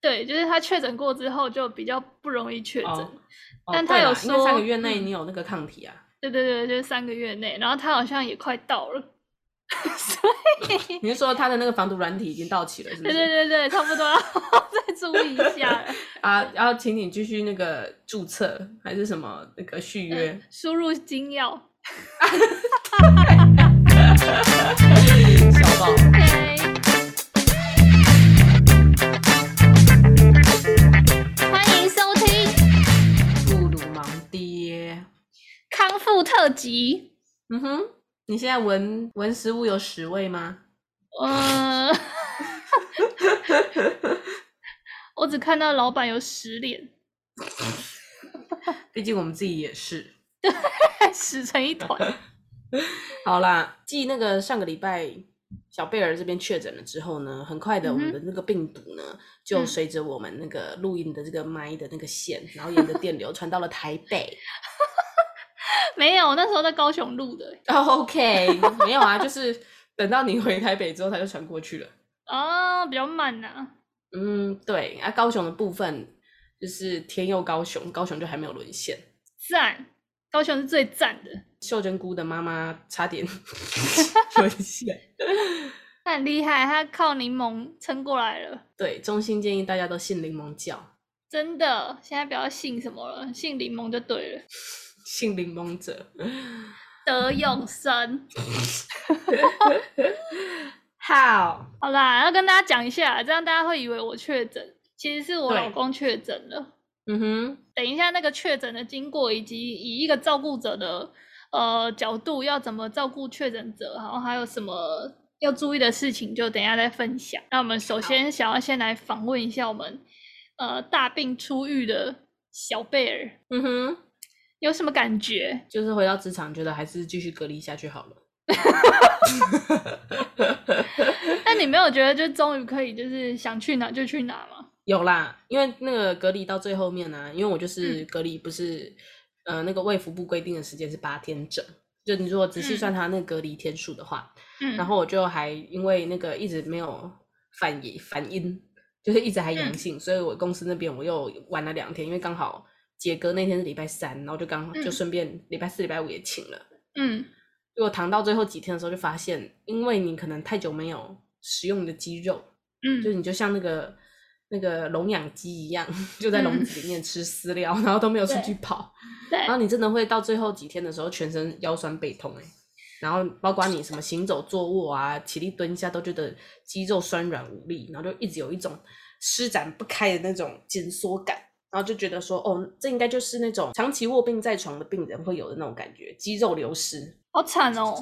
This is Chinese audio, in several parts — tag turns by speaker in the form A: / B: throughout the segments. A: 对，就是他确诊过之后就比较不容易确诊。
B: 哦哦
A: 但他
B: 对
A: 有
B: 啦因为三
A: 说嗯
B: 个月内你有那个抗体啊，
A: 对对对，就是三个月内，然后他好像也快到了。
B: 你是说他的那个防毒软体已经到期了，是不
A: 对
B: 是？
A: 对对对，差不 多要再注意一 下了。
B: 啊，然后请你继续那个注册还是什么那个
A: 嗯
B: 续约？
A: 输入金钥。
B: 哦小宝，
A: 嗨，欢迎收听
B: 布鲁盲爹。
A: 康复特辑。
B: 嗯哼，你现在闻闻食物有屎味吗？
A: 嗯、 我只看到老板有十脸，
B: 毕竟我们自己也是。
A: 屎成一团。
B: 好啦，继那个上个礼拜小贝尔这边确诊了之后呢，很快的
A: 嗯哼
B: 我们的那个病毒呢，就
A: 嗯
B: 随着我们那个录音的这个麦的那个线，然后沿着电流传到了台北。
A: 没有，我那时候在高雄录的。
B: OK，没有啊，就是等到你回台北之后，它就传过去了。
A: 哦，比较慢呐、啊。
B: 嗯，对啊，高雄的部分就是天佑高雄，高雄就还没有沦陷。
A: 赞，高雄是最赞的，
B: 秀珍姑的妈妈差点 沦陷。
A: 她很厉害，她靠柠檬撑过来了。
B: 对，衷心建议大家都信柠檬教，
A: 真的，现在不要信什么了，信柠檬就对了。
B: 信柠檬者。
A: 德永生，
B: 好，
A: 好啦，要跟大家讲一下，这样大家会以为我确诊，其实是我
B: 对
A: 老公确诊了。
B: 嗯哼，
A: 等一下那个确诊的经过，以及以一个照顾者的呃角度，要怎么照顾确诊者，然后还有什么要注意的事情，就等一下再分享。那我们首先想要先来访问一下我们呃大病初愈的小贝尔，
B: 嗯哼，
A: 有什么感觉？
B: 就是回到职场，觉得还是继续隔离下去好了。
A: 那你没有觉得就终于可以就是想去哪就去哪吗？
B: 有啦，因为那个隔离到最后面呢、啊因为
A: 嗯
B: 我就是隔离，不是、呃那个卫福部规定的时间是八天整，就你如果仔细算他那个隔离天数的话，
A: 嗯，
B: 然后我就还因为那个一直没有反阴反阴，就是一直还阳
A: 嗯
B: 性，所以我公司那边我又玩了两天，因为刚好杰哥那天是礼拜三，然后就刚好就
A: 嗯
B: 顺便礼拜四、礼拜五也请了。
A: 嗯
B: 结果躺到最后几天的时候，就发现，因为你可能太久没有使用你的肌肉，就是
A: 嗯，
B: 你就像那个那个笼养鸡一样， 就在笼
A: 嗯
B: 子里面吃饲料，然后都没有出
A: 对哎
B: 去跑，
A: 对
B: 然，后你真的会到最后几天的时候，全身腰酸背痛哎、然后包括你什么行走、坐卧啊、起立、蹲下，都觉得肌肉酸软无力，然后就一直有一种施展不开的那种紧缩感，然后就觉得说，哦，这应该就是那种长期卧病在床的病人会有的那种感觉，肌肉流失。
A: 好惨哦。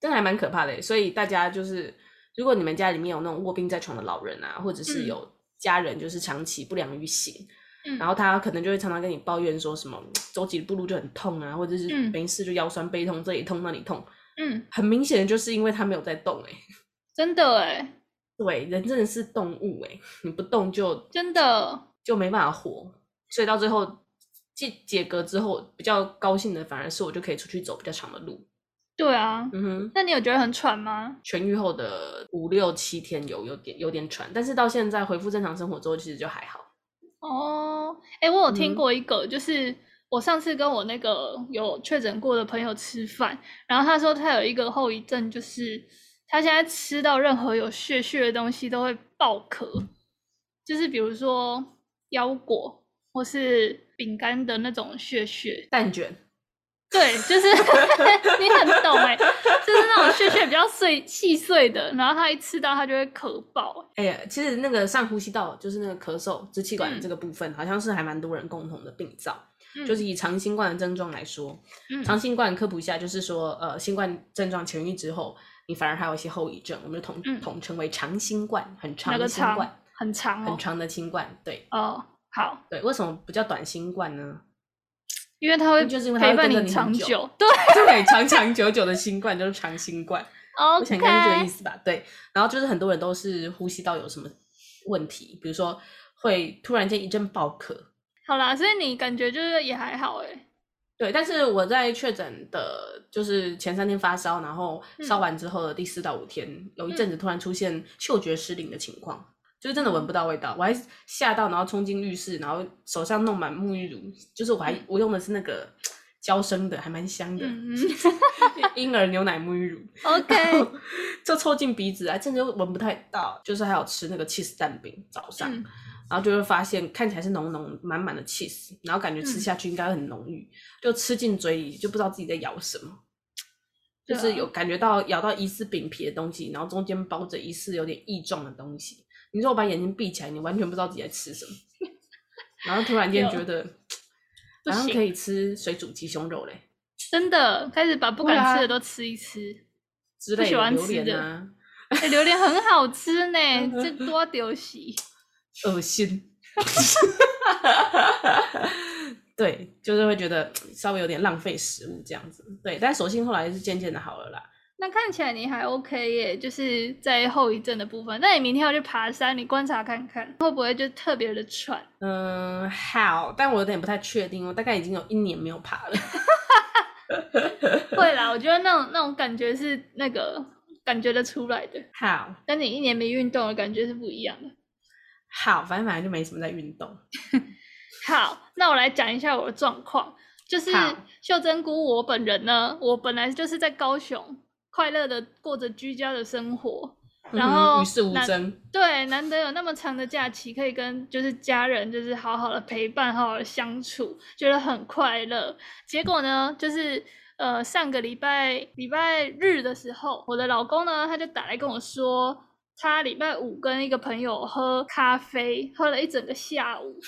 B: 真的还蛮可怕的欸。所以大家就是，如果你们家里面有那种卧病在床的老人啊，或者是
A: 嗯
B: 有家人就是长期不良于行，
A: 嗯
B: 然后他可能就会常常跟你抱怨说什么走几步路就很痛啊，或者是
A: 嗯
B: 没事就腰酸背痛，这里痛那里痛。
A: 嗯，
B: 很明显的就是因为他没有在动哎、
A: 真的哎，
B: 对，人真的是动物哎、你不动就
A: 真的，
B: 就没办法活。所以到最后解解隔之后，比较高兴的反而是我就可以出去走比较长的路。
A: 对啊。
B: 嗯哼。
A: 那你有觉得很喘吗？
B: 痊愈后的五六七天有有点有点喘，但是到现在恢复正常生活之后，其实就还好。
A: 哦，哎，我有
B: 嗯
A: 听过一个，就是我上次跟我那个有确诊过的朋友吃饭，然后他说他有一个后遗症，就是他现在吃到任何有血血的东西都会爆咳，就是比如说腰果或是饼干的那种血血，
B: 蛋卷，
A: 对，就是 你很懂哎、就是那种屑屑比较碎细碎的，然后它一吃到它就会咳爆。
B: 哎、呀，其实那个上呼吸道就是那个咳嗽、支气管
A: 嗯
B: 这个部分，好像是还蛮多人共同的病灶。
A: 嗯
B: 就是以长新冠的症状来说，
A: 嗯
B: 长新冠科普一下，就是说，呃，新冠症状痊愈之后，你反而还有一些后遗症，我们就统、
A: 嗯
B: 统称为长新冠，很长
A: 哪
B: 的
A: 个
B: 新
A: 长
B: 冠，？
A: 很长
B: 很
A: 哦。
B: 长的新冠。对
A: 哦，好，
B: 对，为什么不叫短新冠呢？
A: 因为它会
B: 就是因为它会
A: 陪伴
B: 跟着你很
A: 长
B: 久
A: 久。 对
B: 对，长长久久的新冠就是长新冠。我想应该是这个意
A: ，OK，
B: 思吧？对，然后就是很多人都是呼吸道有什么问题，比如说会突然间一阵爆咳。
A: 好啦，所以你感觉就是也还好哎、
B: 对，但是我在确诊的，就是前三天发烧，
A: 嗯
B: 然后烧完之后的第四到五天，有一阵子突然出现嗅觉失灵的情况，就是真的
A: 嗯
B: 闻不到味道，我还吓到，然后冲进浴室，然后手上弄满沐浴乳，就是我还我用的是那个娇生的，还蛮香的，
A: 嗯
B: 婴儿牛奶沐浴乳，
A: ，OK，
B: 就凑近鼻子啊，甚至又闻不太到，就是还有吃那个 cheese 蛋饼早上，
A: 嗯
B: 然后就会发现看起来是浓浓满满的 cheese，然后感觉吃
A: 嗯
B: 下去应该很浓郁，就吃进嘴里就不知道自己在咬什么，就
A: 对
B: 是
A: 啊
B: 有感觉到咬到疑似饼皮的东西，然后中间包着疑似有点异状的东西。你说我把眼睛闭起来，你完全不知道自己在 吃什么，然后突然间
A: 有
B: 觉得
A: 不
B: 好像
A: 行
B: 可以吃水煮鸡胸肉嘞。
A: 真的开始把不
B: 对啊
A: 敢吃的都吃一 吃。
B: 之
A: 不
B: 类
A: 喜
B: 的
A: 欢
B: 榴
A: 吃
B: 莲
A: 的
B: 啊，
A: 哎、榴莲很好吃呢，
B: 嗯
A: 这多丢席。
B: 恶心。对，就是会觉得稍微有点浪费食物这样子。对，但索性后来是渐渐的好了啦。
A: 那看起来你还 OK 耶，就是在后遗症的部分。那你明天要去爬山，你观察看看会不会就特别的喘。
B: 嗯，好，但我有点不太确定，我大概已经有一年没有爬了。
A: 会啦，我觉得那种那种感觉是那个感觉得出来的，
B: 好，
A: 但你一年没运动的感觉是不一样的。
B: 好，反正反正就没什么在运动。
A: 好，那我来讲一下我的状况，就是
B: 好
A: 秀珍菇我本人呢，我本来就是在高雄快乐的过着居家的生活，然
B: 嗯哼
A: 后
B: 与世无
A: 那
B: 争。
A: 对，难得有那么长的假期，可以跟就是家人就是好好的陪伴，好好的相处，觉得很快乐。结果呢，就是呃上个礼拜礼拜日的时候，我的老公呢他就打来跟我说，他礼拜五跟一个朋友喝咖啡，喝了一整个下午，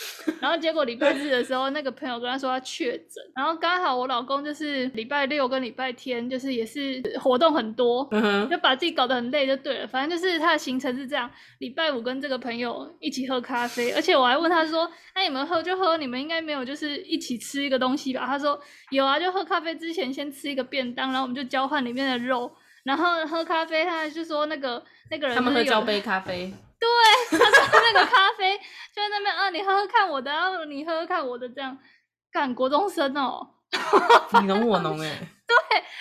A: 然后结果礼拜日的时候，那个朋友跟他说他确诊，然后刚好我老公就是礼拜六跟礼拜天就是也是活动很多，
B: 嗯哼，
A: 就把自己搞得很累就对了。反正就是他的行程是这样：礼拜五跟这个朋友一起喝咖啡，而且我还问他说：“那、你们喝就喝，你们应该没有就是一起吃一个东西吧？”他说：“有啊，就喝咖啡之前先吃一个便当，然后我们就交换里面的肉。”然后喝咖啡，他就说那个那个人
B: 他们
A: 就是
B: 喝
A: 有
B: 交杯咖啡。
A: 他说那个咖啡就在那边啊，你喝喝看我的，啊、你喝喝看我的，这样干国中生哦，
B: 你侬我侬哎、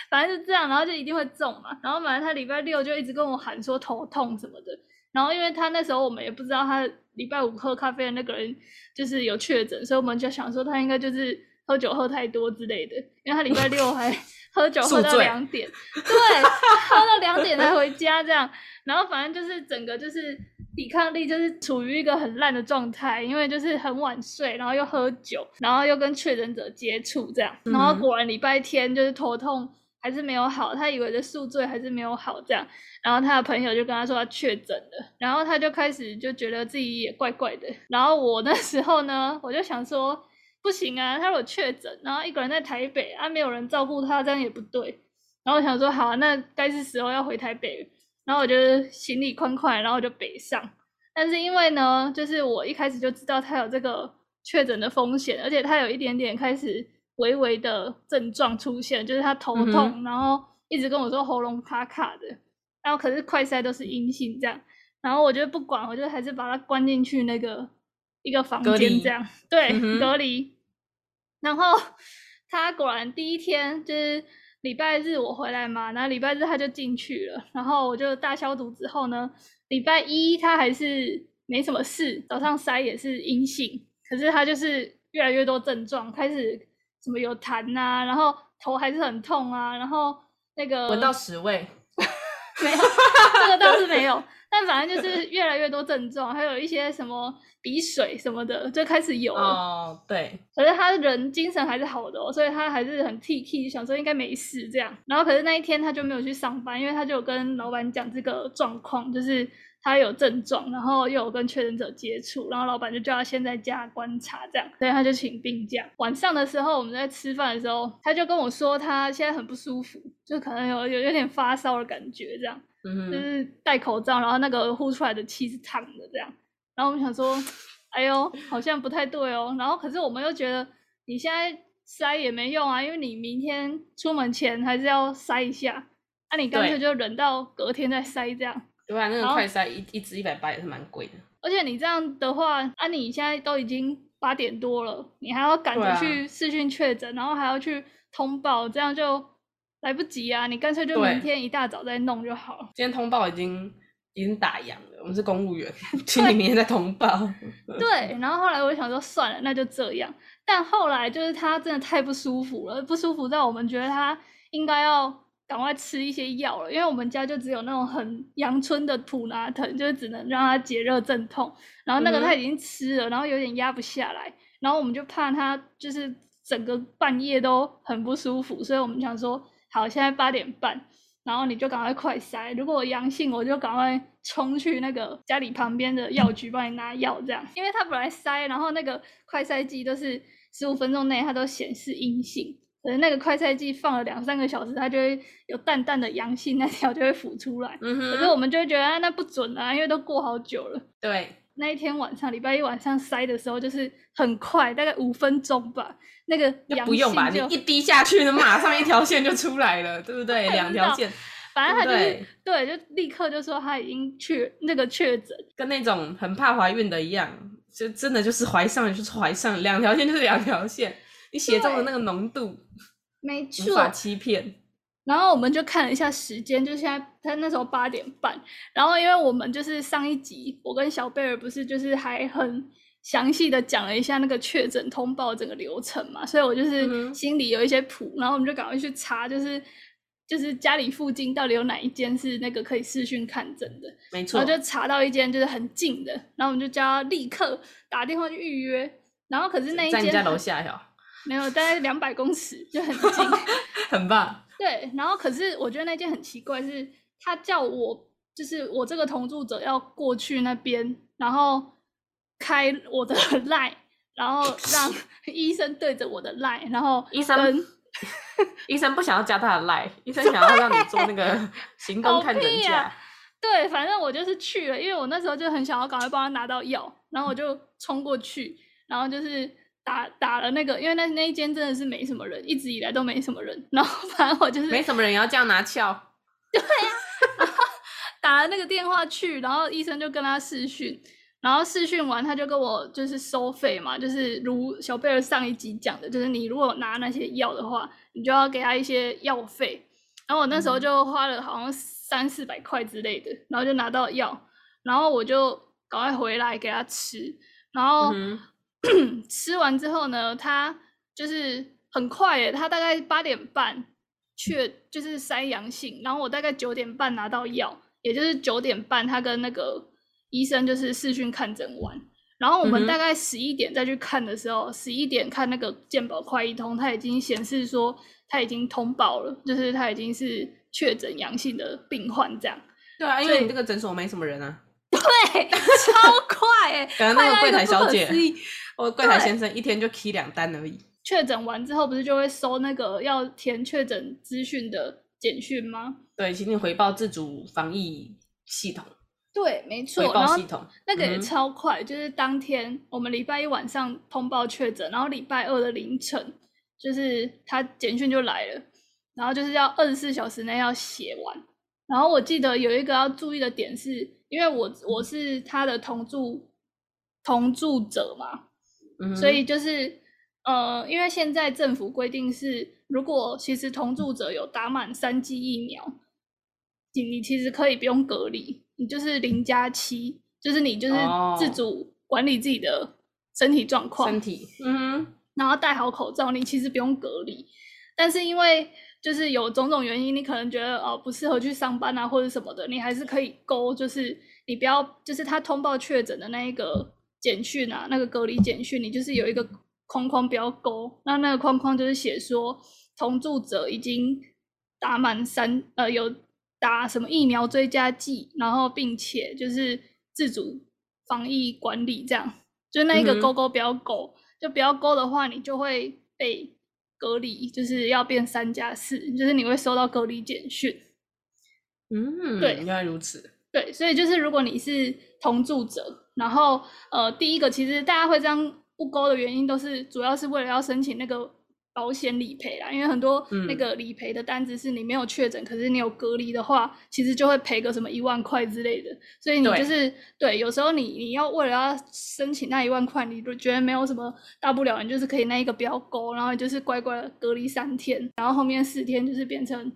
A: 反正就这样，然后就一定会中嘛。然后反正他礼拜六就一直跟我喊说头痛什么的。然后因为他那时候我们也不知道他礼拜五喝咖啡的那个人就是有确诊，所以我们就想说他应该就是喝酒喝太多之类的，因为他礼拜六还 喝酒喝
B: 宿
A: 到
B: 醉
A: 两点，对，喝到两点才回家这样。然后反正就是整个就是抵抗力就是处于一个很烂的状态，因为就是很晚睡，然后又喝酒，然后又跟确诊者接触这样，然后
B: 嗯哼
A: 果然礼拜天就是头痛还是没有好，他以为的宿醉还是没有好这样，然后他的朋友就跟他说他确诊了，然后他就开始就觉得自己也怪怪的，然后我那时候呢，我就想说。不行啊，他如果确诊，然后一个人在台北啊，没有人照顾他，这样也不对。然后我想说，好啊、那该是时候要回台北了。然后我就是行李宽宽，然后我就北上。但是因为呢，就是我一开始就知道他有这个确诊的风险，而且他有一点点开始微微的症状出现，就是他头
B: 嗯
A: 痛，然后一直跟我说喉咙卡卡的，然后可是快筛都是阴性这样。然后我就不管，我就还是把他关进去那个一个房
B: 隔离
A: 间这样，对，
B: 嗯哼
A: 隔离。然后 他果然第一天就是礼拜日我回来嘛，然后礼拜日他就进去了，然后我就大消毒之后呢，礼拜一他还是没什么事，早上筛也是阴性，可是他就是越来越多症状，开始什么有痰啊，然后头还是很痛啊，然后那个
B: 闻到屎味，
A: 没有，这个倒是没 有。但反正就是越来越多症状，还有一些什么鼻水什么的，就开始有了。
B: 哦，对，
A: 可是他人精神还是好的哦，所以他还是很 T T，想说应该没事这样。然后可是那一天他就没有去上班，因为他就有跟老板讲这个状况，就是他有症状，然后又有跟确诊者接触，然后老板就叫他先在家观察这样，所以他就请病假。晚上的时候我们在吃饭的时候，他就跟我说他现在很不舒服，就可能有有有点发烧的感觉这样。
B: 嗯
A: 就
B: 哼，
A: 是戴口罩，然后那个呼出来的气是烫的这样。然后我们想 说，哎呦，好像不太对哦。然后可是我们又觉得你现在筛也没用啊，因为你明天出门前还是要筛一下。那、你干脆
B: 对
A: 就忍到隔天再筛这样。
B: 对啊，那
A: 然
B: 个
A: 后
B: 快塞一一支一百八也是蛮贵的。
A: 而且你这样的话，啊，你现在都已经八点多了，你还要赶
B: 对
A: 着
B: 啊
A: 去视讯确诊，然后还要去通报，这样就来不及啊。你干脆就
B: 对
A: 明天一大早再弄就好了。
B: 今天通报已经已经打烊了，我们是公务员，请你明天再通报。
A: 对，然后后来我就想说算了，那就这样。但后来就是他真的太不舒服了，不舒服到我们觉得他应该要赶快吃一些药了，因为我们家就只有那种很阳春的普拿疼，就是只能让他解热镇痛。然后那个他已经吃了，然后有点压不下来，然后我们就怕他就是整个半夜都很不舒服，所以我们想说好，现在八点半。然后你就赶快快筛，如果我阳性，我就赶快冲去那个家里旁边的药局帮你拿药，这样，因为他本来筛，然后那个快筛剂都是十五分钟内它都显示阴性，可是那个快筛剂放了两三个小时，它就会有淡淡的阳性那条就会浮出来，
B: 嗯
A: 可是，我们就会觉得、啊、那不准啊，因为都过好久了。
B: 对，
A: 那一天晚上，礼拜一晚上筛的时候，就是很快，大概五分钟吧，那个
B: 就
A: 阳
B: 不用吧，
A: 性
B: 你
A: 就
B: 一滴下去，马上一条 线就出来了，对不对？两条线，
A: 反正他就是
B: 对不对
A: 对，就立刻就说他已经确那个确诊，
B: 跟那种很怕怀孕的一样，就真的就是怀上了就是怀上了，两条线就是两条线，你血中的那个浓度
A: 没
B: 无法欺骗。
A: 然后我们就看了一下时间，就现在他那时候八点半。然后因为我们就是上一集，我跟小贝尔不是就是还很详细的讲了一下那个确诊通报整个流程嘛，所以我就
B: 嗯
A: 是
B: 哼
A: 心里有一些谱。然后我们就赶快去查，就是就是家里附近到底有哪一间是那个可以视讯看诊的。
B: 没错
A: 然后，就查到一间就是很近的，然后我们就叫他立刻打电话去预约。然后可是那一
B: 在
A: 间
B: 你家
A: 很
B: 楼下哟，
A: 没有，大概两百公尺就 很近。
B: 很棒。
A: 对，然后可是我觉得那件很奇怪是，他叫我就是我这个同住者要过去那边，然后开我的 line，然后 让医生对着我的 line，然后
B: 医生
A: 跟
B: 医生不想要加他的赖，医生想要让你做那个 行动看
A: 搞
B: 诊
A: 屁
B: 假
A: 啊。对，反正我就是去了，因为我那时候就很想要赶快帮他拿到药，然后我就冲过去，然后就是打打了那个，因为那那一间真的是没什么人，一直以来都没什么人，然后 反正我就是
B: 没什么人要这样拿翘，
A: 打了那个电话去，然后医生就跟他视讯，然后视讯完他就跟我就是收费嘛，就是如小贝儿上一集讲的，就是你如果拿那些药的话，你就要给他一些药费。然后我那时候就花了好像三四百块之类的，然后就拿到药，然后我就赶快回来给他吃，然后、
B: 嗯
A: 吃完之后呢，他就是很快耶，他大概八点半确就是筛阳性，然后我大概九点半拿到药，也就是九点半他跟那个医生就是视讯看诊完，然后我
B: 嗯
A: 们
B: 哼
A: 大概十一点再去看的时候，十一、点看那个健保快一通，它已经显示说他已经通报了，就是他已经是确诊阳性的病患这样，
B: 对啊，因
A: 所以
B: 为你这个诊所没什么人啊，
A: 对，超快哎，
B: 感觉 那个
A: 快
B: 柜
A: 到一
B: 台
A: 个
B: 小
A: 不可
B: 姐
A: 思议
B: 我柜台
A: 对
B: 先生一天就 key 两单而已。
A: 确诊完之后，不是就会收那个要填确诊资讯的简讯吗？
B: 对，请你回报自主防疫系统，
A: 对，没错
B: 回。
A: 然
B: 报
A: 后
B: 系统。
A: 那个也
B: 嗯哼
A: 超快，就是当天我们礼拜一晚上通报确诊，然后礼拜二的凌晨，就是他简讯就来了，然后就是要二十四小时内要写完。然后我记得有一个要注意的点是，因为我我是他的同住同住者嘛，
B: 嗯哼
A: 所以就是呃，因为现在政府规定是，如果其实同住者有打满三剂疫苗，你你其实可以不用隔离，你就是零加七，就是你就是
B: 哦
A: 自主管理自己的身体状况，
B: 身体，嗯哼，
A: 然后戴好口罩，你其实不用隔离。但是因为就是有种种原因，你可能觉得哦不适合去上班啊或者什么的，你还是可以勾，就是你不要就是他通报确诊的那一个简讯啊，那个隔离简讯，你就是有一个框框不要勾，那那个框框就是写说同住者已经打满三呃有打什么疫苗追加剂，然后并且就是自主防疫管理这样，就那一
B: 嗯
A: 个
B: 哼
A: 勾勾不要勾，就不要勾的话，你就会被隔离，就是要变三加四，就是你会收到隔离简讯。
B: 嗯，
A: 对
B: 原来如此。
A: 对，所以就是如果你是同住者，然后呃，第一个其实大家会这样不勾的原因，都是主要是为了要申请那个保险理赔啦，因为很多那
B: 嗯
A: 个理赔的单子是你没有确诊，可是你有隔离的话，其实就会赔个什么一万块之类的，所以你就
B: 对
A: 是对有时候你你要为了要申请那一万块，你就觉得没有什么大不了，你就是可以那一个不要勾，然后你就是乖乖的隔离三天，然后后面四天就是变成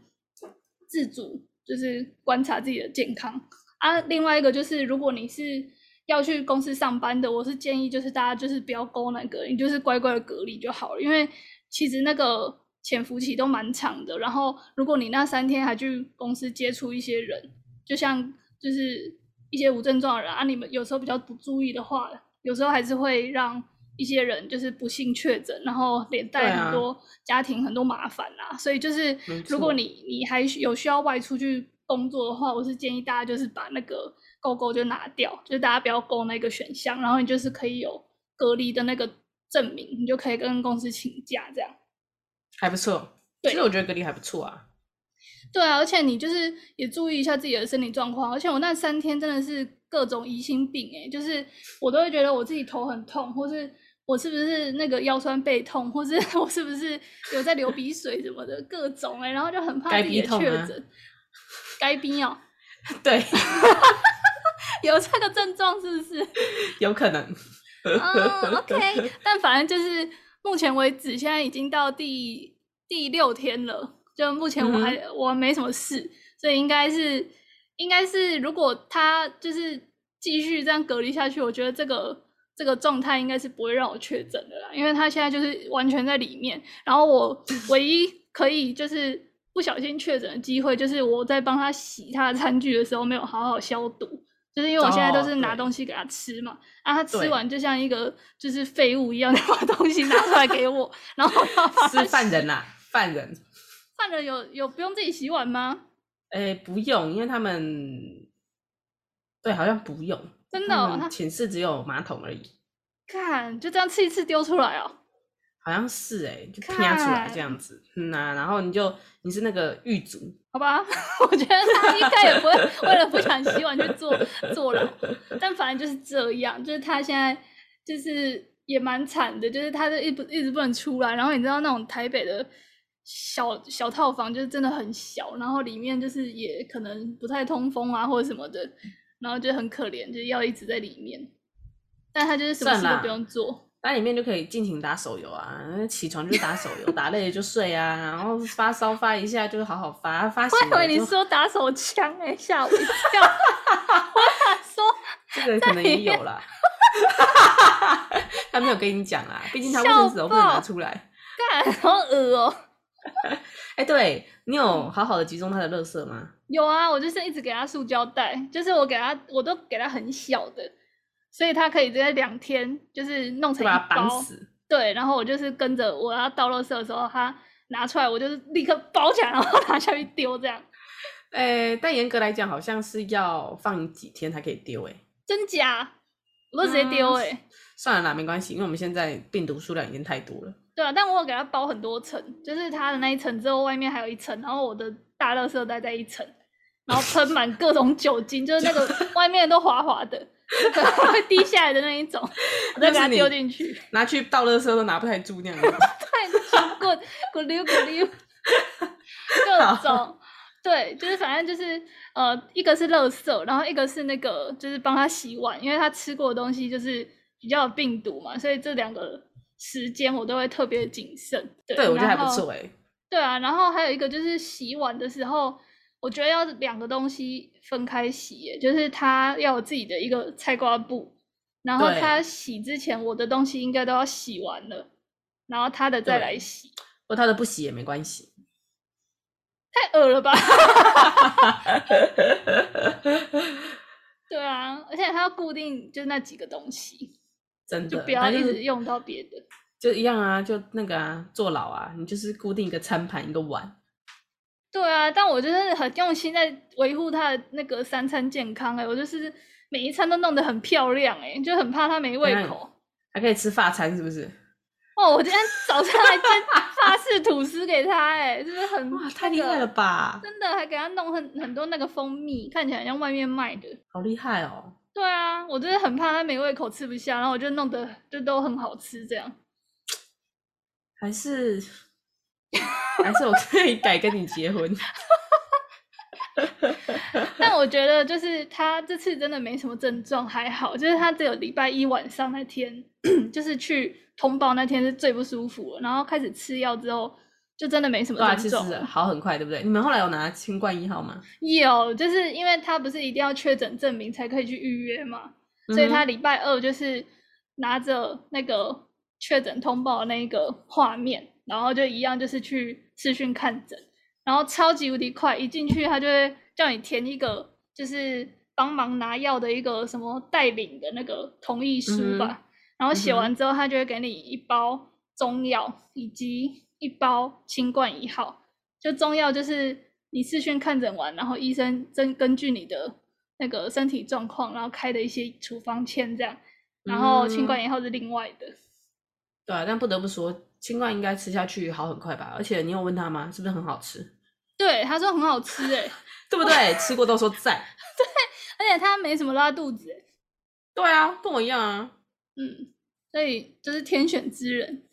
A: 自主，就是观察自己的健康。啊，另外一个就是，如果你是要去公司上班的，我是建议就是大家就是不要勾那个，你就是乖乖的隔离就好了，因为其实那个潜伏期都蛮长的。然后如果你那三天还去公司接触一些人，就像就是一些无症状的人啊，你们有时候比较不注意的话，有时候还是会让一些人就是不幸确诊，然后连
B: 对
A: 带
B: 啊
A: 很多家庭很多麻烦啦、所以就是
B: 没
A: 如果
B: 错
A: 你你还需有需要外出去工作的话，我是建议大家就是把那个勾勾就拿掉，就是大家不要勾那个选项，然后你就是可以有隔离的那个证明，你就可以跟公司请假这样。
B: 还不错。
A: 对
B: 其实我觉得隔离还不错啊。
A: 对啊，而且你就是也注意一下自己的身体状况。而且我那三天真的是各种疑心病、欸，就是我都会觉得我自己头很痛，或是我是不是那个腰酸背痛，或是 我是不是有在流鼻水什么的，各种哎、然后就很怕
B: 该
A: 自
B: 逼
A: 己的
B: 痛
A: 确
B: 啊
A: 诊。该逼哦，
B: 对，
A: 有这个症状是不是？
B: 有可 能。
A: 嗯，OK，但反正就是目前为止，现在已经到第第六天了，就目前我还、我没什么事，所以应该是应该是如果他就是继续这样隔离下去，我觉得这个这个状态应该是不会让我确诊的啦，因为他现在就是完全在里面，然后我唯一可以就是。不小心确诊的机会，就是我在帮他洗他的餐具的时候没有好好消毒，就是因为我现在
B: 哦
A: 都是拿
B: 对
A: 东西给他吃嘛，啊，他吃
B: 对
A: 完就像一个就是废物一样，就把东西拿出来给我， 然后我要把它
B: 是犯人啦、犯人。
A: 犯人有有不用自己洗碗吗？
B: 哎，不用，因为他们对好像不用，
A: 真的、
B: 他
A: 哦，
B: 们
A: 他
B: 寝室只有马桶而已，
A: 看就这样吃一次丢出来哦。
B: 好像是哎、就拼出来这样子。嗯啊，然后你就你是那个狱卒，
A: 好吧， 我觉得他应该也不会为了不想洗碗去坐坐牢，但反正就是这样，就是他现在就是也蛮惨的，就是他就一不一直不能出来，然后你知道那种台北的小小套房就是真的很小，然后里面就是也可能不太通风啊或者什么的，然后就很可怜，就是要一直在里面，但他就是什么
B: 算
A: 事都
B: 啦
A: 不用做，
B: 那里面就可以尽情打手游啊，起床就打手游，打累了就睡啊，然后发烧发一下就好好发，发
A: 我
B: 醒
A: 以为
B: 了
A: 你
B: 就
A: 说打手枪哎、吓我一跳，我想说。
B: 这个可能也有啦。他没有跟你讲啊，毕竟他卫生纸都不能拿出来。
A: 干，好恶哦、
B: 哎、对你
A: 嗯
B: 有好好的集中他的垃圾吗？
A: 有啊，我就是一直给他塑胶袋，就是我给他，我都给他很小的，所以他可以在两天就是弄
B: 就
A: 成
B: 把它
A: 一
B: 绑
A: 包。
B: 死。
A: 对，然后我就是跟着我要倒垃圾的时候，他拿出来，我就是立刻包起来，然后 拿下去丢，这样
B: 哎、但严格来讲，好像是要放几天才可以丢。哎，
A: 真假？我都直接丢
B: 嗯
A: 哎、
B: 算了啦，没关系，因为我们现在病毒数量已经太多了。
A: 对啊，但我有给他包很多层，就是他的那一层之后，外面还有一层，然后我的大垃圾袋在一层，然后喷满各种酒精，就是那 个外面都滑滑的， 可能会滴下来的那一种，我再给它
B: 就是你
A: 丢进去，
B: 拿去倒垃圾都拿不太住那样子。
A: 太滚滚溜滚溜，各种。对，就是反正就是呃，一个是垃圾，然后一个是那个就是帮他洗碗，因为他吃过的东西就是比较有病毒嘛，所以这两个时间我都会特别谨慎。对，
B: 对，我觉得还
A: 然
B: 不
A: 后
B: 错。哎，
A: 对啊，然后还有一个就是洗碗的时候，我觉得要两个东西分开洗耶，就是它要有自己的一个菜瓜布，然后
B: 对
A: 它洗之前，我的东西应该都要洗完了，然后它的再来
B: 对
A: 洗，
B: 不过他的不洗也没关系。
A: 太恶了 吧？ 对啊，而且它要固定就那几个东西，
B: 真
A: 就
B: 的，
A: 不要
B: 反正
A: 一
B: 就
A: 直
B: 是
A: 用到别的。
B: 就一样啊，就那个啊，坐牢啊，你就是固定一个餐盘一个碗，
A: 对啊，但我就是很用心在维护他的那个三餐健康哎、我就是每一餐都弄得很漂亮哎、就很怕他没胃
B: 怎样
A: 口。
B: 还可以吃法餐，是不是？
A: 哦，我今天早上还 煎法式吐司给他哎、就是很
B: 哇，太
A: 那
B: 厉害
A: 个
B: 了吧！
A: 真的还给他弄很很多那个蜂蜜，看起来像外面卖的。
B: 好厉害哦！
A: 对啊，我真的很怕他没胃口吃不下，然后我就弄得就都很好吃这样。
B: 还是还是我可以改跟你结婚。
A: 但我觉得就是他这次真的没什么症状，还好，就是他只有礼拜一晚上那天，就是去通报那天是最不舒服了，然后开始吃药之后，就真的没什么
B: 对啊，
A: 症
B: 其
A: 状
B: 实
A: 了。
B: 好很快，对不对？你们后来有拿新冠一号吗？
A: 有，就是因为他不是一定要确诊证明才可以去预约嘛，所以
B: 嗯
A: 他礼拜二就是拿着那个确诊通报的那一个画面，然后就一样就是去视讯看诊，然后超级无敌快，一进去他就会叫你填一个就是帮忙拿药的一个什么带领的那个同意书吧，然后写
B: 嗯哼
A: 完之后他就会给你一包中药以及一包清冠一号。就中药就是你视讯看诊完，然后医生根根据你的那个身体状况，然后开的一些处方签这样，然后
B: 嗯
A: 清冠一号是另外的。
B: 对啊，但不得不说，清冠应该吃下去好很快吧？而且你有问他吗？是不是很好吃？
A: 对，他说很好吃哎、
B: 对不对？吃过都说赞。
A: 而且他没什么拉肚子、欸，
B: 对啊，跟我一样啊。
A: 嗯，所以就是天选之人。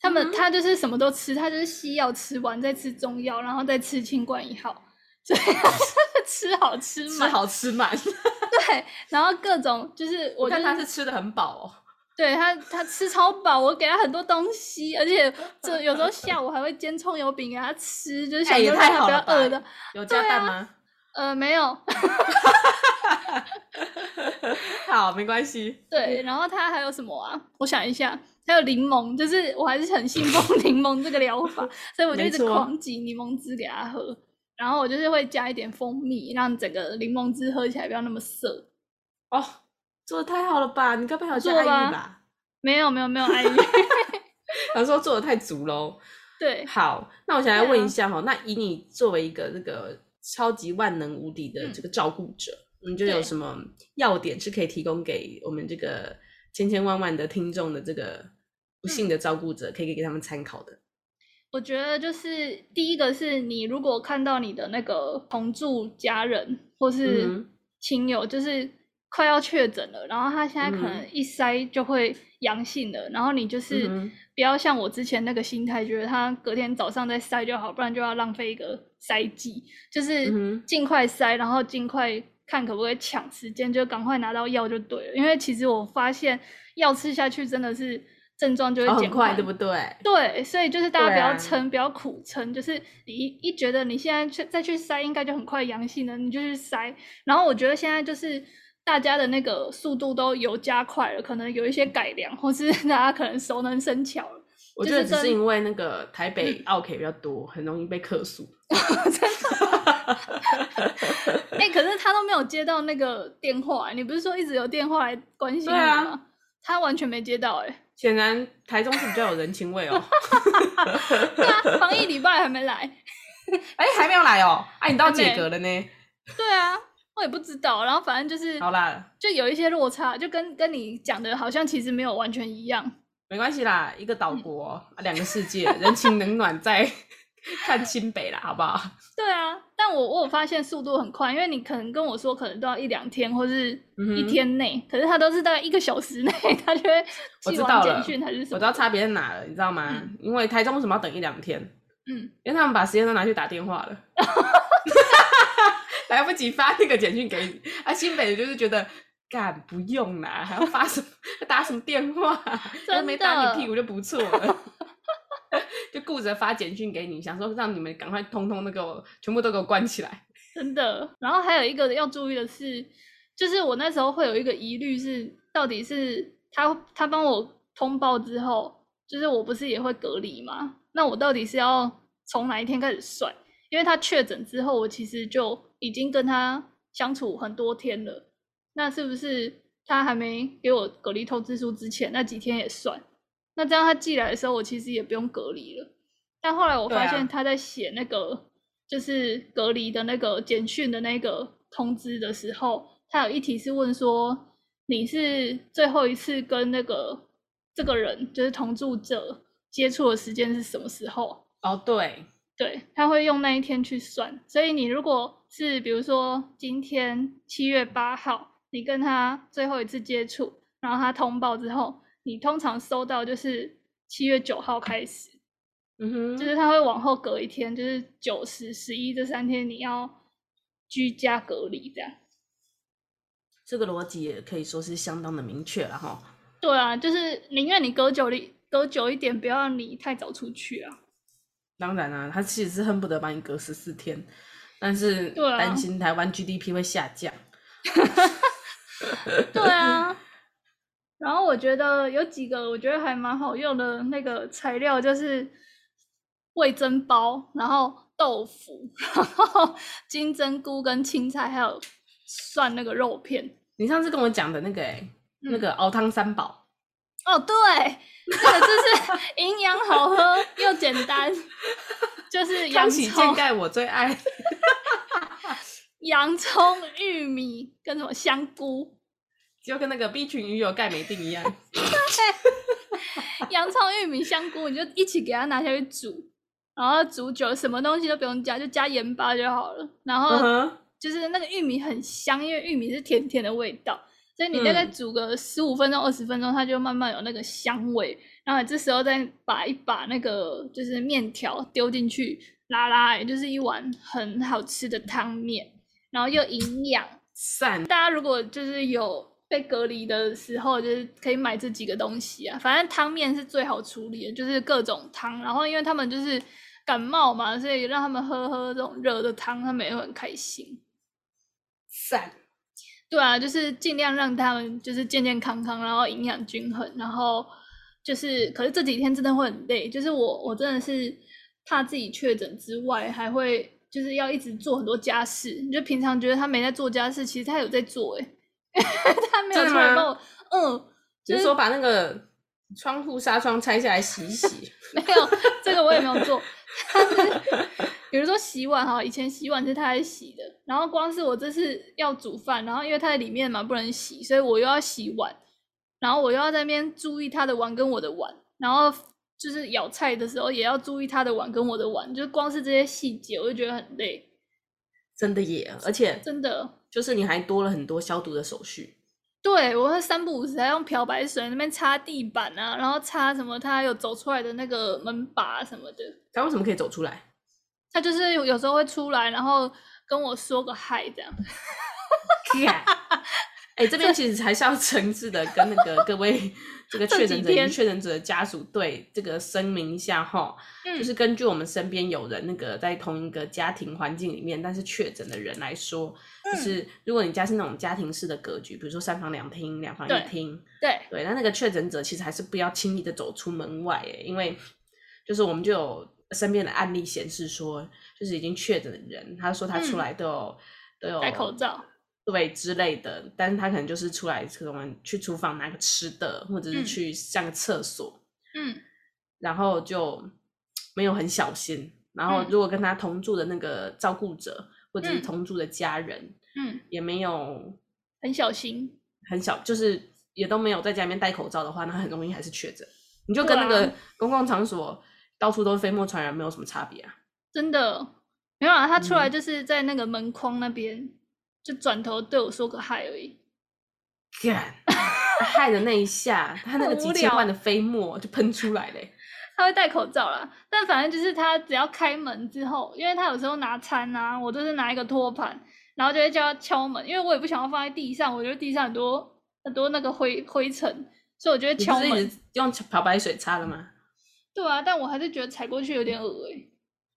A: 他们、
B: 嗯
A: 他就是什么都吃，他就是西药吃完再吃中药，然后再吃清冠一号，所以 吃好吃
B: 吃
A: 满
B: 好吃满，
A: 对，然后各种就是 我
B: 我
A: 就
B: 看
A: 是
B: 他是吃的很饱哦。
A: 对他，他吃超饱，我给他很多东西，而且这有时候下午还会煎葱油饼给他吃，就是想
B: 哎也
A: 说
B: 太
A: 让他
B: 好
A: 不要
B: 了吧
A: 饿的。
B: 有加蛋吗？
A: 呃，没有，
B: 好，没关系。
A: 对，然后他还有什么啊？我想一下，还有柠檬，就是我还是很信奉 柠檬这个疗法，所以我就
B: 没
A: 一直
B: 错
A: 狂挤柠檬汁给他喝，然后我就是会加一点蜂蜜，让整个柠檬汁喝起来不要那么涩。
B: 哦，做的太好了吧？你该不会还有加
A: 做
B: 爱玉
A: 吧
B: 吧？
A: 没有，没有，没有，哎，
B: 他说做的太足喽。
A: 对，
B: 好，那我想来
A: 对啊
B: 问一下哈、那以你作为一个这个超级万能无敌的
A: 嗯
B: 这个照顾者，你就
A: 对
B: 有什么要点是可以提供给我们这个千千万万的听众的这个
A: 嗯
B: 不幸的照顾者，可以给他们参考的？
A: 我觉得就是第一个是你如果看到你的那个同住家人或
B: 嗯
A: 是
B: 哼
A: 亲友，就是快要确诊了，然后他现在可能
B: 嗯
A: 一筛就会阳性了，然后你就是
B: 嗯哼
A: 不要像我之前那个心态，觉得他隔天早上再筛就好，不然就要浪费一个筛剂，就是
B: 嗯哼
A: 尽快筛，然后尽快看可不可以抢时间，就赶快拿到药就对了。因为其实我发现药吃下去真的是症状就
B: 哦，
A: 会
B: 很
A: 减
B: 快，
A: 缓，
B: 对不对？
A: 对，所以就是大家
B: 对
A: 不要
B: 啊
A: 撑，不要苦撑，就是你一一觉得你现在去再去筛，应该就很快阳性了，你就去筛。然后我觉得现在就是大家的那个速度都有加快了，可能有一些改良，或是 大家可能熟能生巧了。
B: 我
A: 就
B: 觉得
A: 是
B: 只是
A: 跟嗯
B: 因为那个台北奥 K 比较多，很容易被客诉。
A: 哎、可是他都没有接到那个电话，欸你不是说一直有电话来关心你
B: 对啊
A: 吗？他完全没接到、欸，哎，
B: 显然台中是比较有人情味哦。
A: 对啊，防疫礼拜还没来。
B: 哎、还没有来哦，哎、你到
A: 还没
B: 解隔了呢。
A: 对啊，我也不知道。然后反正就是
B: 好啦，
A: 就有一些落差，就跟跟你讲的好像其实没有完全一样。
B: 没关系啦，一个岛国，啊两个世界，人情冷暖在 看清北啦，好不好？
A: 对啊，但我我有发现速度很快，因为你可能跟我说可能都要一两天或是
B: 嗯哼
A: 一天内，可是他都是大概一个小时内， 他就会
B: 我
A: 寄
B: 知道
A: 完
B: 了
A: 简讯还是什么
B: 我
A: 的。
B: 知道差别在哪了，你知道吗？
A: 嗯
B: 因为台中为什么要等一两天？
A: 嗯，
B: 因为他们把时间都拿去打电话 了，来不及发那个简讯给你。啊，新北的就是觉得。干不用啦，还要发什么 打什么电话？啊
A: 真的
B: 要没打你屁股就不错了， 就顾着发简讯给你，想说让你们赶快通通都给我全部都给我关起来。
A: 真的。然后还有一个要注意的是，就是我那时候会有一个疑虑是，到底是他他帮我通报之后，就是我不是也会隔离吗？那我到底是要从哪一天开始算？因为他确诊之后，我其实就已经跟他相处很多天了，那是不是他还没给我隔离通知书之前那几天也算？那这样他寄来的时候，我其实也不用隔离了。但后来我
B: 对
A: 发
B: 啊
A: 现他在写那个、就是隔离的那个简讯的那个通知的时候，他有一题是问说你是最后一次跟那个这个人就是同住者接触的时间是什么时候？
B: 哦，对，
A: 对，他会用那一天去算。所以你如果是比如说今天七月八号，你跟他最后一次接触，然后他通报之后，你通常收到就是七月九号开始，
B: 嗯哼，
A: 就是他会往后隔一天，就是九、十、十一这三天你要居家隔离这样。
B: 这个逻辑也可以说是相当的明确了哈。
A: 对啊，就是宁愿你隔久一隔久一点，不要你太早出去啊。
B: 当然啊，他其实是恨不得把你隔十四天，但是
A: 对啊
B: 担心台湾 GDP 会下降。
A: 对啊。然后我觉得有几个我觉得还蛮好用的那个材料，就是味增包，然后豆腐， 然后金针菇跟青菜，还有蒜那个肉片。
B: 你上次跟我讲的那个、欸，那
A: 嗯
B: 个熬汤三宝，
A: 哦，对，这个就是 营养好喝又简单，就是洋
B: 康熙健
A: 葱、
B: 钙我最爱。
A: 洋葱、玉米跟什么香菇。
B: 就跟那个 B 群鱼有钙镁锭一样，
A: 洋葱、玉米、香菇，你就一起给它拿下去煮，然后煮久，什么东西都不用加，就加盐巴就好了。然
B: 嗯
A: 后
B: 哼，
A: 就是那个玉米很香，因为玉米是甜甜的味道，所以你大概
B: 嗯
A: 煮个十五分钟、二十分钟，它就慢慢有那个香味。然后你这时候再把一把那个就是面条丢进去，拉拉，也就是一碗很好吃的汤面，然后又营养。
B: 散
A: 大家如果就是有被隔离的时候，就是可以买这几个东西啊。反正汤面是最好处理的，就是各种汤。然后因为他们就是感冒嘛，所以让他们喝喝这种热的汤，他们也会很开心。
B: 散，
A: 对啊，就是尽量让他们就是健健康康，然后营养均衡，然后就是，可是这几天真的会很累，就是我我真的是怕自己确诊之外，还会就是要一直做很多家事。你就平常觉得他没在做家事，其实他有在做、欸， 哎，他没有
B: 真的
A: 出来
B: 吗
A: 帮我，嗯，
B: 就是说把那个窗户纱窗拆下来洗 一洗，
A: 没有，这个我也没有做。但是比如说洗碗哈，以前洗碗是他来洗的，然后光是我这次要煮饭，然后因为他在里面嘛不能洗，所以我又要洗碗，然后我又要在那边注意他的碗跟我的碗，然后就是舀菜的时候也要注意他的碗跟我的碗，就光是这些细节我就觉得很累，
B: 真的耶！而且
A: 真的。
B: 就是你还多了很多消毒的手续，
A: 对，我会三不五时还用漂白水那边擦地板啊，然后擦什么，他还有走出来的那个门把什么的。
B: 他为什么可以走出来？
A: 他就是有有时候会出来，然后跟我说个嗨这样。啊
B: 哎、这边其实还是要诚挚的跟那个各位这个
A: 这
B: 确
A: 几
B: 诊者以
A: 天
B: 及确诊者的家属对这个声明一下哈，
A: 嗯
B: 就是根据我们身边有人那个在同一个家庭环境里面，但是确诊的人来说，
A: 嗯
B: 就是如果你家是那种家庭式的格局，比如说三房两厅、两房
A: 对
B: 一厅，
A: 对，
B: 对，那那个确诊者其实还是不要轻易的走出门外耶，因为就是我们就有身边的案例显示说，就是已经确诊的人，他说他出
A: 嗯
B: 来都有、都有
A: 戴口罩，
B: 对之类的，但是他可能就是出来可能去厨房拿个吃的，或者是
A: 嗯
B: 去上个厕所，
A: 嗯，
B: 然后就没有很小心，然后
A: 嗯
B: 如果跟他同住的那个照顾者或者是
A: 嗯
B: 同住的家人、
A: 嗯，
B: 也没有
A: 很小心。
B: 很小，就是也都没有在家里面戴口罩的话，那很容易还是确诊。你就跟那
A: 对啊
B: 个公共场所到处都是飞沫传染没有什么差别啊。
A: 真的没有啊，他出来
B: 嗯
A: 就是在那个门框那边，就转头对我说个嗨而已。
B: 干，他害的那一下，他那个
A: 很
B: 几
A: 无
B: 千
A: 聊
B: 万的飞沫就喷出来嘞、
A: 他会戴口罩啦，但反正就是他只要开门之后，因为他有时候拿餐啊，我都是拿一个托盘，然后就会叫他敲门，因为我也不想要放在地上，我觉得地上很多很多那个灰灰尘，所以我就会
B: 你不
A: 敲
B: 是一
A: 门。
B: 直用漂白水擦了吗？
A: 对啊，但我还是觉得踩过去有点恶诶、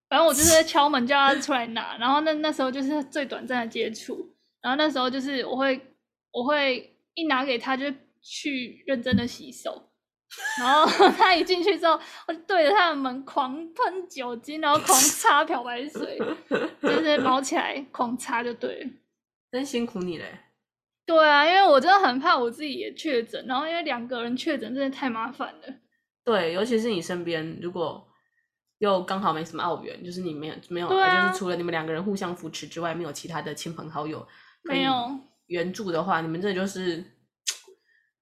A: 反正我就是在敲门叫他出来拿，然后那那时候就是最短暂的接触，然后那时候就是我会我会一拿给他就去认真的洗手，然后 他一进去之后，我就对着他的门狂喷酒精，然后狂擦漂白水，就是毛起来狂擦就对了。
B: 真辛苦你嘞！
A: 对啊，因为我真的很怕我自己也确诊，然后因为两个人确诊真的太麻烦了。
B: 对，尤其是你身边如果又刚好没什么澳元，就是你没有没有，
A: 对啊
B: 就是除了你们两个人互相扶持之外，没有其他的亲朋好友可
A: 没
B: 以
A: 有
B: 援助的话，你们这就是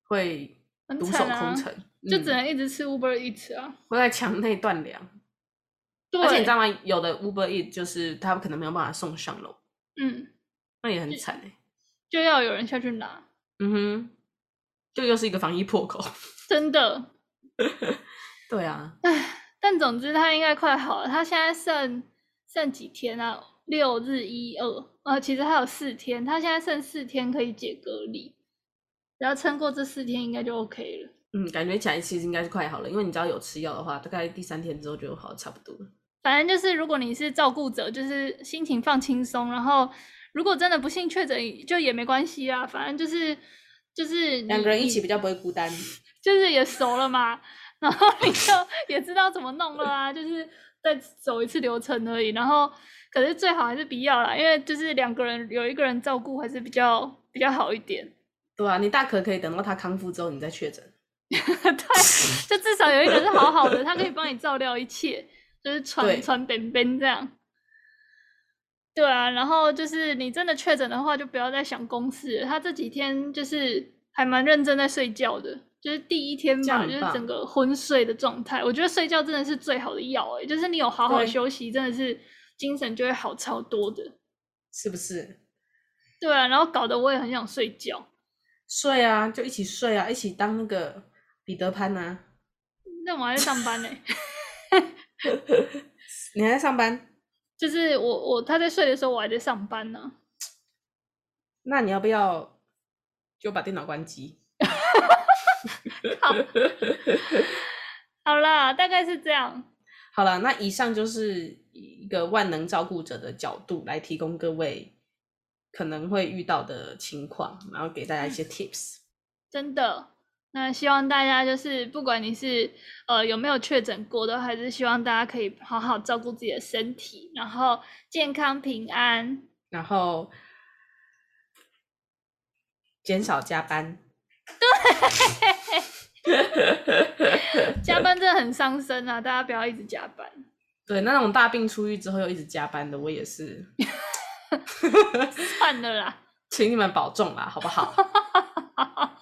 B: 会
A: 很
B: 独手
A: 惨啊
B: 空城，
A: 就
B: 嗯
A: 只能一直吃 Uber Eats 啊。
B: 会在墙内断粮。
A: 对，
B: 而且你知道吗？有的 Uber E 就是他可能没有办法送上楼，
A: 嗯，
B: 那也很惨哎、
A: 就要有人下去拿，
B: 嗯哼，这又是一个防疫破口。
A: 真的。
B: 对啊，
A: 但总之他应该快好了，他现在剩剩几天啊？六日一二，呃，其实还有四天，他现在剩四天可以解隔离，只要撑过这四天应该就 OK 了。
B: 嗯，感觉起来其实应该是快好了，因为你只要有吃药的话，大概第三天之后就好得差不多了。
A: 反正就是如果你是照顾者，就是心情放轻松，然后如果真的不幸确诊，就也没关系啊，反正就是就是
B: 两个人一
A: 你
B: 起比较不会孤单。
A: 嗯就是也熟了嘛，然后你就也知道怎么弄了啊，就是再走一次流程而已。然后，可是最好还是不要啦，因为就是两个人有一个人照顾还是比较比较好一点。
B: 对啊，你大可可以等到他康复之后你再确诊。
A: 对，就至少有一个是好好 的，他可以帮你照料一切，就是传
B: 对
A: 传本本这样。对啊，然后就是你真的确诊的话，就不要再想公事了。他这几天就是还蛮认真在睡觉的，就是第一天
B: 这样
A: 吧，
B: 很
A: 就是
B: 棒
A: 整个昏睡的状态。我觉得睡觉真的是最好的药、欸，就是你有好好
B: 对
A: 休息，真的是精神就会好超多的。
B: 是不是？
A: 对啊，然后搞得我也很想睡觉。
B: 睡啊，就一起睡啊，一起当那个彼得潘啊。
A: 那我还在上班欸呢、
B: 你还在上 班？
A: 就是我我他在睡的时候，我还在上班呢、
B: 那你要不要就把电脑关机？
A: 好啦，大概是这样。
B: 好了，那以上就是以一个万能照顾者的角度来提供各位可能会遇到的情况，然后给大家一些
A: 嗯
B: tips。
A: 真的。那希望大家就是，不管你是呃有没有确诊过的，还是希望大家可以好好照顾自己的身体，然后健康平安。
B: 然后减少加班，
A: 加班真的很伤身啊，大家不要一直加班。
B: 对那种大病初愈之后又一直加班的，我也是，
A: 算了啦，
B: 请你们保重啦，好不好？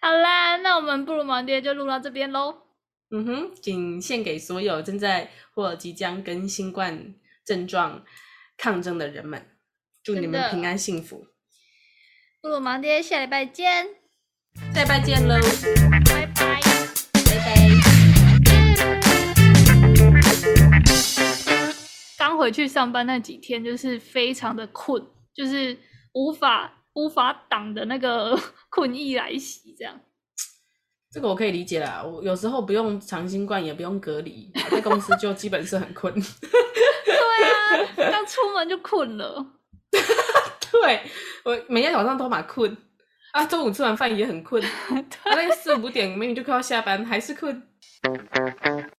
A: 好啦，那我们不如忙爹就录到这边喽。
B: 嗯哼，仅限给所有正在或即将跟新冠症状抗争的人们，祝你
A: 真
B: 们
A: 的
B: 平安幸福，
A: 不如忙爹下礼拜见，
B: 下礼拜见喽，
A: 拜拜，
B: 拜拜。
A: 刚回去上班那几天，就是非常的困，就是无法无法挡的那个 困意来袭，这样。
B: 这个我可以理解啦，我有时候不用长新冠，也不用隔离，在公司就基本是很困。
A: 对啊，刚出门就困了。
B: 对我每天早上都蛮困啊，中 啊午吃完饭也很困，大概四五点明明就快要下班，还是困。